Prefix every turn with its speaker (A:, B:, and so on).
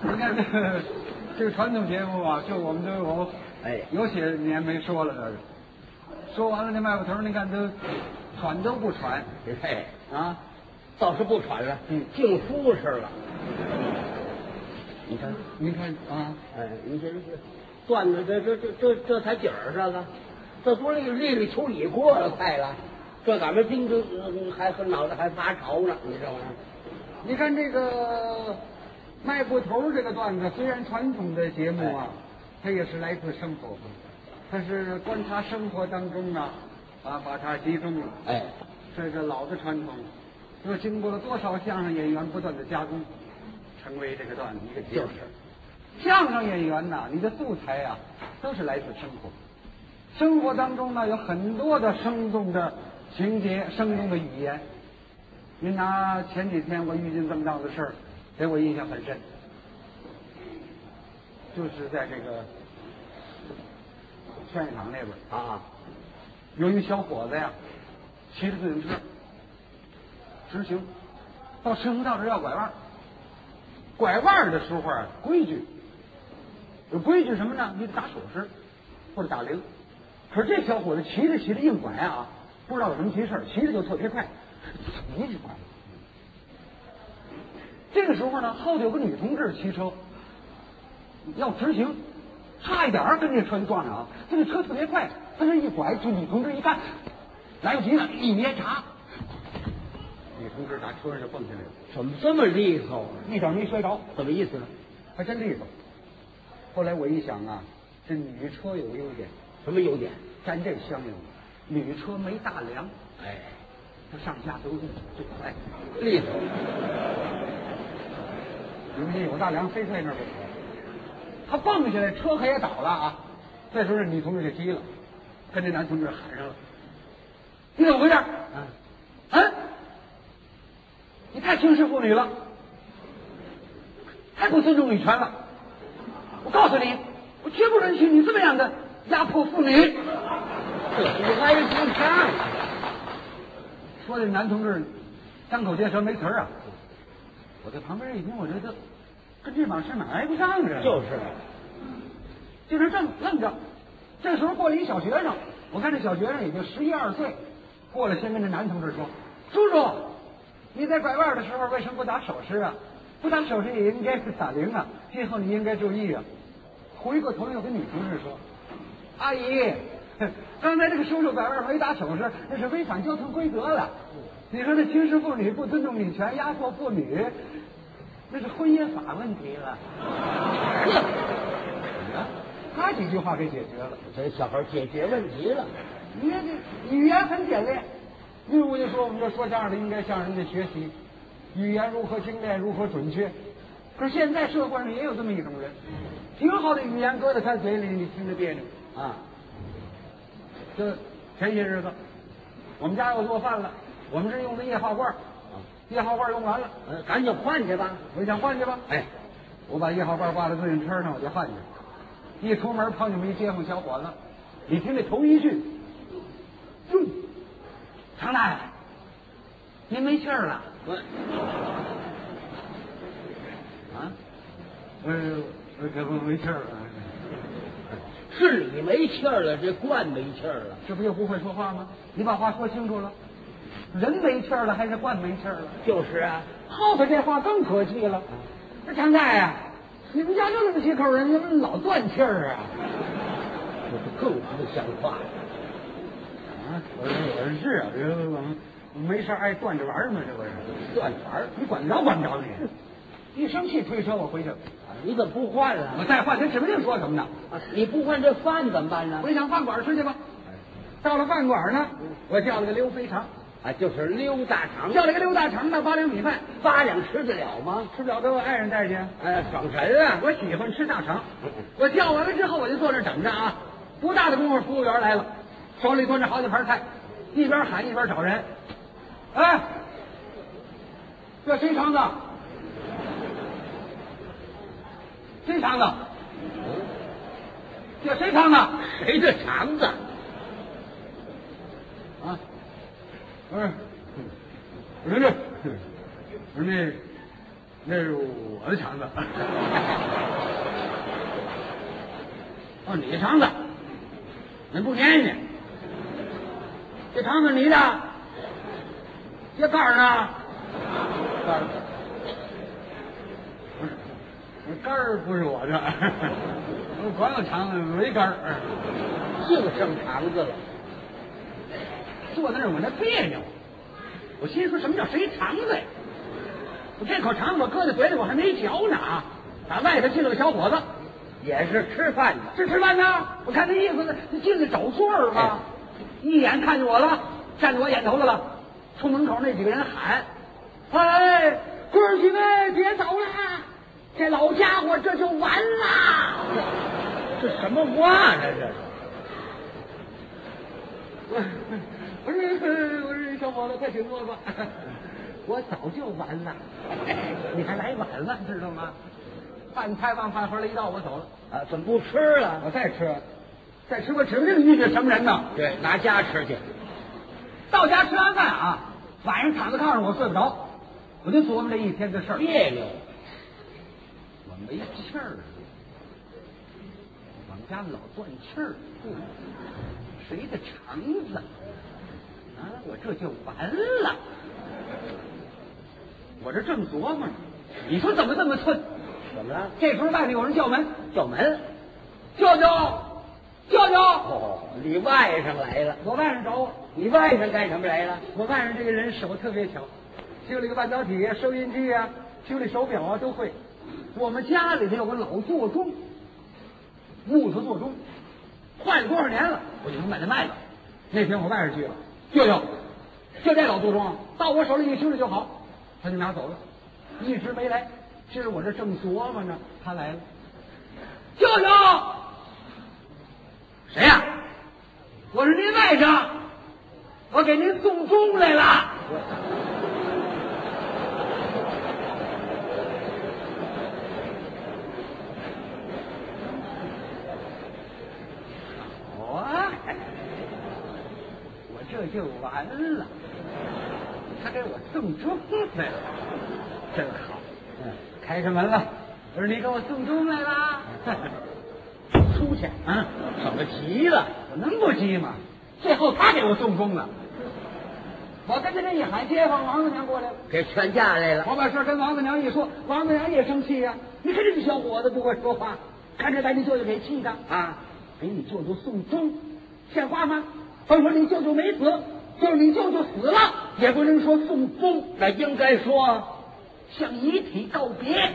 A: 你看这个这个传统节目啊，就我们都有
B: 哎
A: 有些年没说了，这是说完了那卖布头儿，你看都喘都不喘
B: 嘿，
A: 啊。
B: 哎倒是不喘了，
A: 嗯
B: 净舒适了。你看，
A: 您看啊，
B: 哎，你这这段子这这这这这才底儿，这个这不是立立秋里过了快了，这咱们盯着呃还和脑袋还发潮呢，你知道吗？
A: 你看这个卖布头儿这个段子，虽然传统的节目啊，它也是来自生活，它是观察生活当中啊，啊把它集中了。
B: 哎，
A: 这个老的传统，又经过了多少相声演员不断的加工，成为这个段子一个结
B: 就
A: 果
B: 是。
A: 相声演员呐，你的素材啊，都是来自生活。生活当中呢，有很多的生动的情节、生动的语言。您拿前几天我遇见这么档子事儿，给我印象很深，就是在这个劝业场那边儿，
B: 啊，
A: 有一小伙子呀，骑着自行车直行，到赤河道这儿要拐弯儿。拐弯儿的时候啊，规矩有规矩什么呢？你得打手势或者打铃。可是这小伙子骑着骑着硬拐啊，不知道有什么急事儿骑着就特别快，怎么一直拐？这个时候呢，后头有个女同志骑车，要直行，差一点儿跟这车就撞上了。这个车特别快，他这一拐，这女同志一看，来不及了，一捏闸，女同志打车上就蹦下来了，
B: 怎么这么利索啊？
A: 一脚没摔着，
B: 什么意思呢？
A: 还真利索。后来我一想啊，这女车有优点，
B: 什么优点？
A: 咱这相应，女车没大梁，
B: 哎，
A: 它上下都力最快。
B: 利索。
A: 你们这有大梁，非推那儿不可。他蹦下来，车可也倒了啊。这时候这女同志就急了，跟这男同志喊上了：“你怎么回事？
B: 啊，
A: 啊，你太轻视妇女了，太不尊重女权了！我告诉你，我绝不允许你这么样的压迫妇女。”
B: 这不挨不上。
A: 说这男同志张口结舌没词儿啊！我在旁边一听，我觉得跟这往是哪儿挨不上啊？这
B: 就是，
A: 就是正愣着。这时候过来一小学生，我看这小学生也就十一二岁，过来先跟这男同志说：“叔叔，你在拐弯的时候为什么不打手势啊？不打手势也应该是打铃啊，今后你应该注意啊。”回过头又跟女同志说：“阿姨，刚才这个叔叔拐弯没打手势，那是违反交通规则了。你说这轻视妇女、不尊重女权、压迫妇女，那是婚姻法问题了。”哎他几句话给解决了。
B: 这小孩解决问题了。
A: 你看这语言很简练，因为我就说我们这说相声的应该向人家学习，语言如何精炼，如何准确。可是现在社会上也有这么一种人，挺好的语言搁在他嘴里，你听着别扭。
B: 啊，
A: 就前些日子，我们家要做饭了，我们是用的液化罐儿，液化罐儿用完了，
B: 呃，赶紧换去吧。
A: 我想换去吧。
B: 哎，
A: 我把一号罐挂在自行车上，我就换去。一出门碰见我们一街坊小伙子，你听这头一句，哟，常大爷，您没气儿了
B: 我
A: 啊？呃，我可不没气儿了，
B: 是你没气儿了，这罐没气儿了，
A: 这不又不会说话吗？你把话说清楚了，人没气儿了还是罐没气儿了？
B: 就是啊，
A: 后头这话更可气了，这常大爷，你们家就那么几口人，你们老断气儿啊？
B: 这就更不像话了。
A: 啊，我说我说是啊，这我们没事儿爱惯着玩儿嘛，这不是
B: 断玩儿
A: 你管得着管不着你？一生气推车我回去了，
B: 啊你怎么不换
A: 我
B: 啊？
A: 再换他指不定说什么呢。
B: 啊你不换这饭怎么办呢？
A: 回想饭馆吃去吧。到了饭馆呢，我叫了个溜肥肠，
B: 啊，就是溜大肠，
A: 叫了个溜大肠的八两米饭，
B: 八两吃得了吗？
A: 吃不了给我爱人带去。
B: 哎，爽神啊！
A: 我喜欢吃大肠
B: 嗯嗯，
A: 我叫完了之后我就坐这儿等着啊。不大的功夫，服务员来了，手里端着好几盘菜，一边喊一边找人。哎，这谁肠子？谁肠子？这谁肠子？
B: 谁这肠子？
A: 啊，不是，我说这，我说那，那是我的肠子。哦，你的肠子，你不粘人这肠子你的，这盖儿呢？盖儿不是，我盖儿不是我的， 我光有肠子没盖儿，
B: 净剩肠子了。
A: 坐在那儿我那别扭。我心说什么叫谁肠子呀？我这口肠子我搁在嘴里我还没嚼呢啊！打外头进来个小伙子，
B: 也是吃饭的。
A: 这吃饭呢？我看这意思呢，这进来找座儿吧。
B: 哎
A: 一眼看见我了，站在我眼头子了，冲门口那几个人喊：“哎，哥儿几位别走啦！这老家伙这就完啦
B: 这什么话呢？这是！”
A: 我我说我说 小伙子，快请坐吧。我早就完了， 你还来晚了，知道吗？饭菜往饭盒里一倒，我走了。
B: 啊，怎么不吃了？
A: 我再吃，再吃我指不定遇见什么人呢。
B: 对，拿家吃去。
A: 到家吃完饭啊，晚上躺在炕上我睡不着，我就琢磨这一天的事儿。
B: 别扭，
A: 我没气儿，啊我们家老断气儿，嗯谁的肠子啊？我这就完了。我这正琢磨呢，你说怎么这么寸？
B: 怎么了？
A: 这时候外面有人叫门，
B: 叫门。
A: 舅舅，舅舅，
B: 哦，你外甥来了。
A: 我外甥找我。
B: 你外甥干什么来了？
A: 我外甥这个人手特别巧，修理个半导体啊、收音机啊、修理手表啊都会。我们家里头有个老座钟，木头座钟，坏了多少年了，我就想把它卖了。那天我外甥去了，舅舅，就这老座钟啊到我手里一修理就好，他就拿走了，一直没来。这是我这正琢磨呢，他来了，舅舅，谁呀、我是您外甥，我给您送钟来了。我，我这就完了。他给我送钟来了，真好。嗯，开开门了，我说你给我送钟来啦。 出去啊！
B: 怎么急了？
A: 我能不急吗？最后他给我送钟了。我跟着这一喊，街坊王四娘过来了。
B: 给劝架来了。
A: 我把事儿跟王四娘一说，王四娘也生气呀、你看这个小伙子不会说话，看这把你舅舅给气的啊！给你舅舅送钟，像话吗？甭说你舅舅没死，就是你舅舅死了，也不能说送钟，
B: 那应该说，
A: 向遗体告别。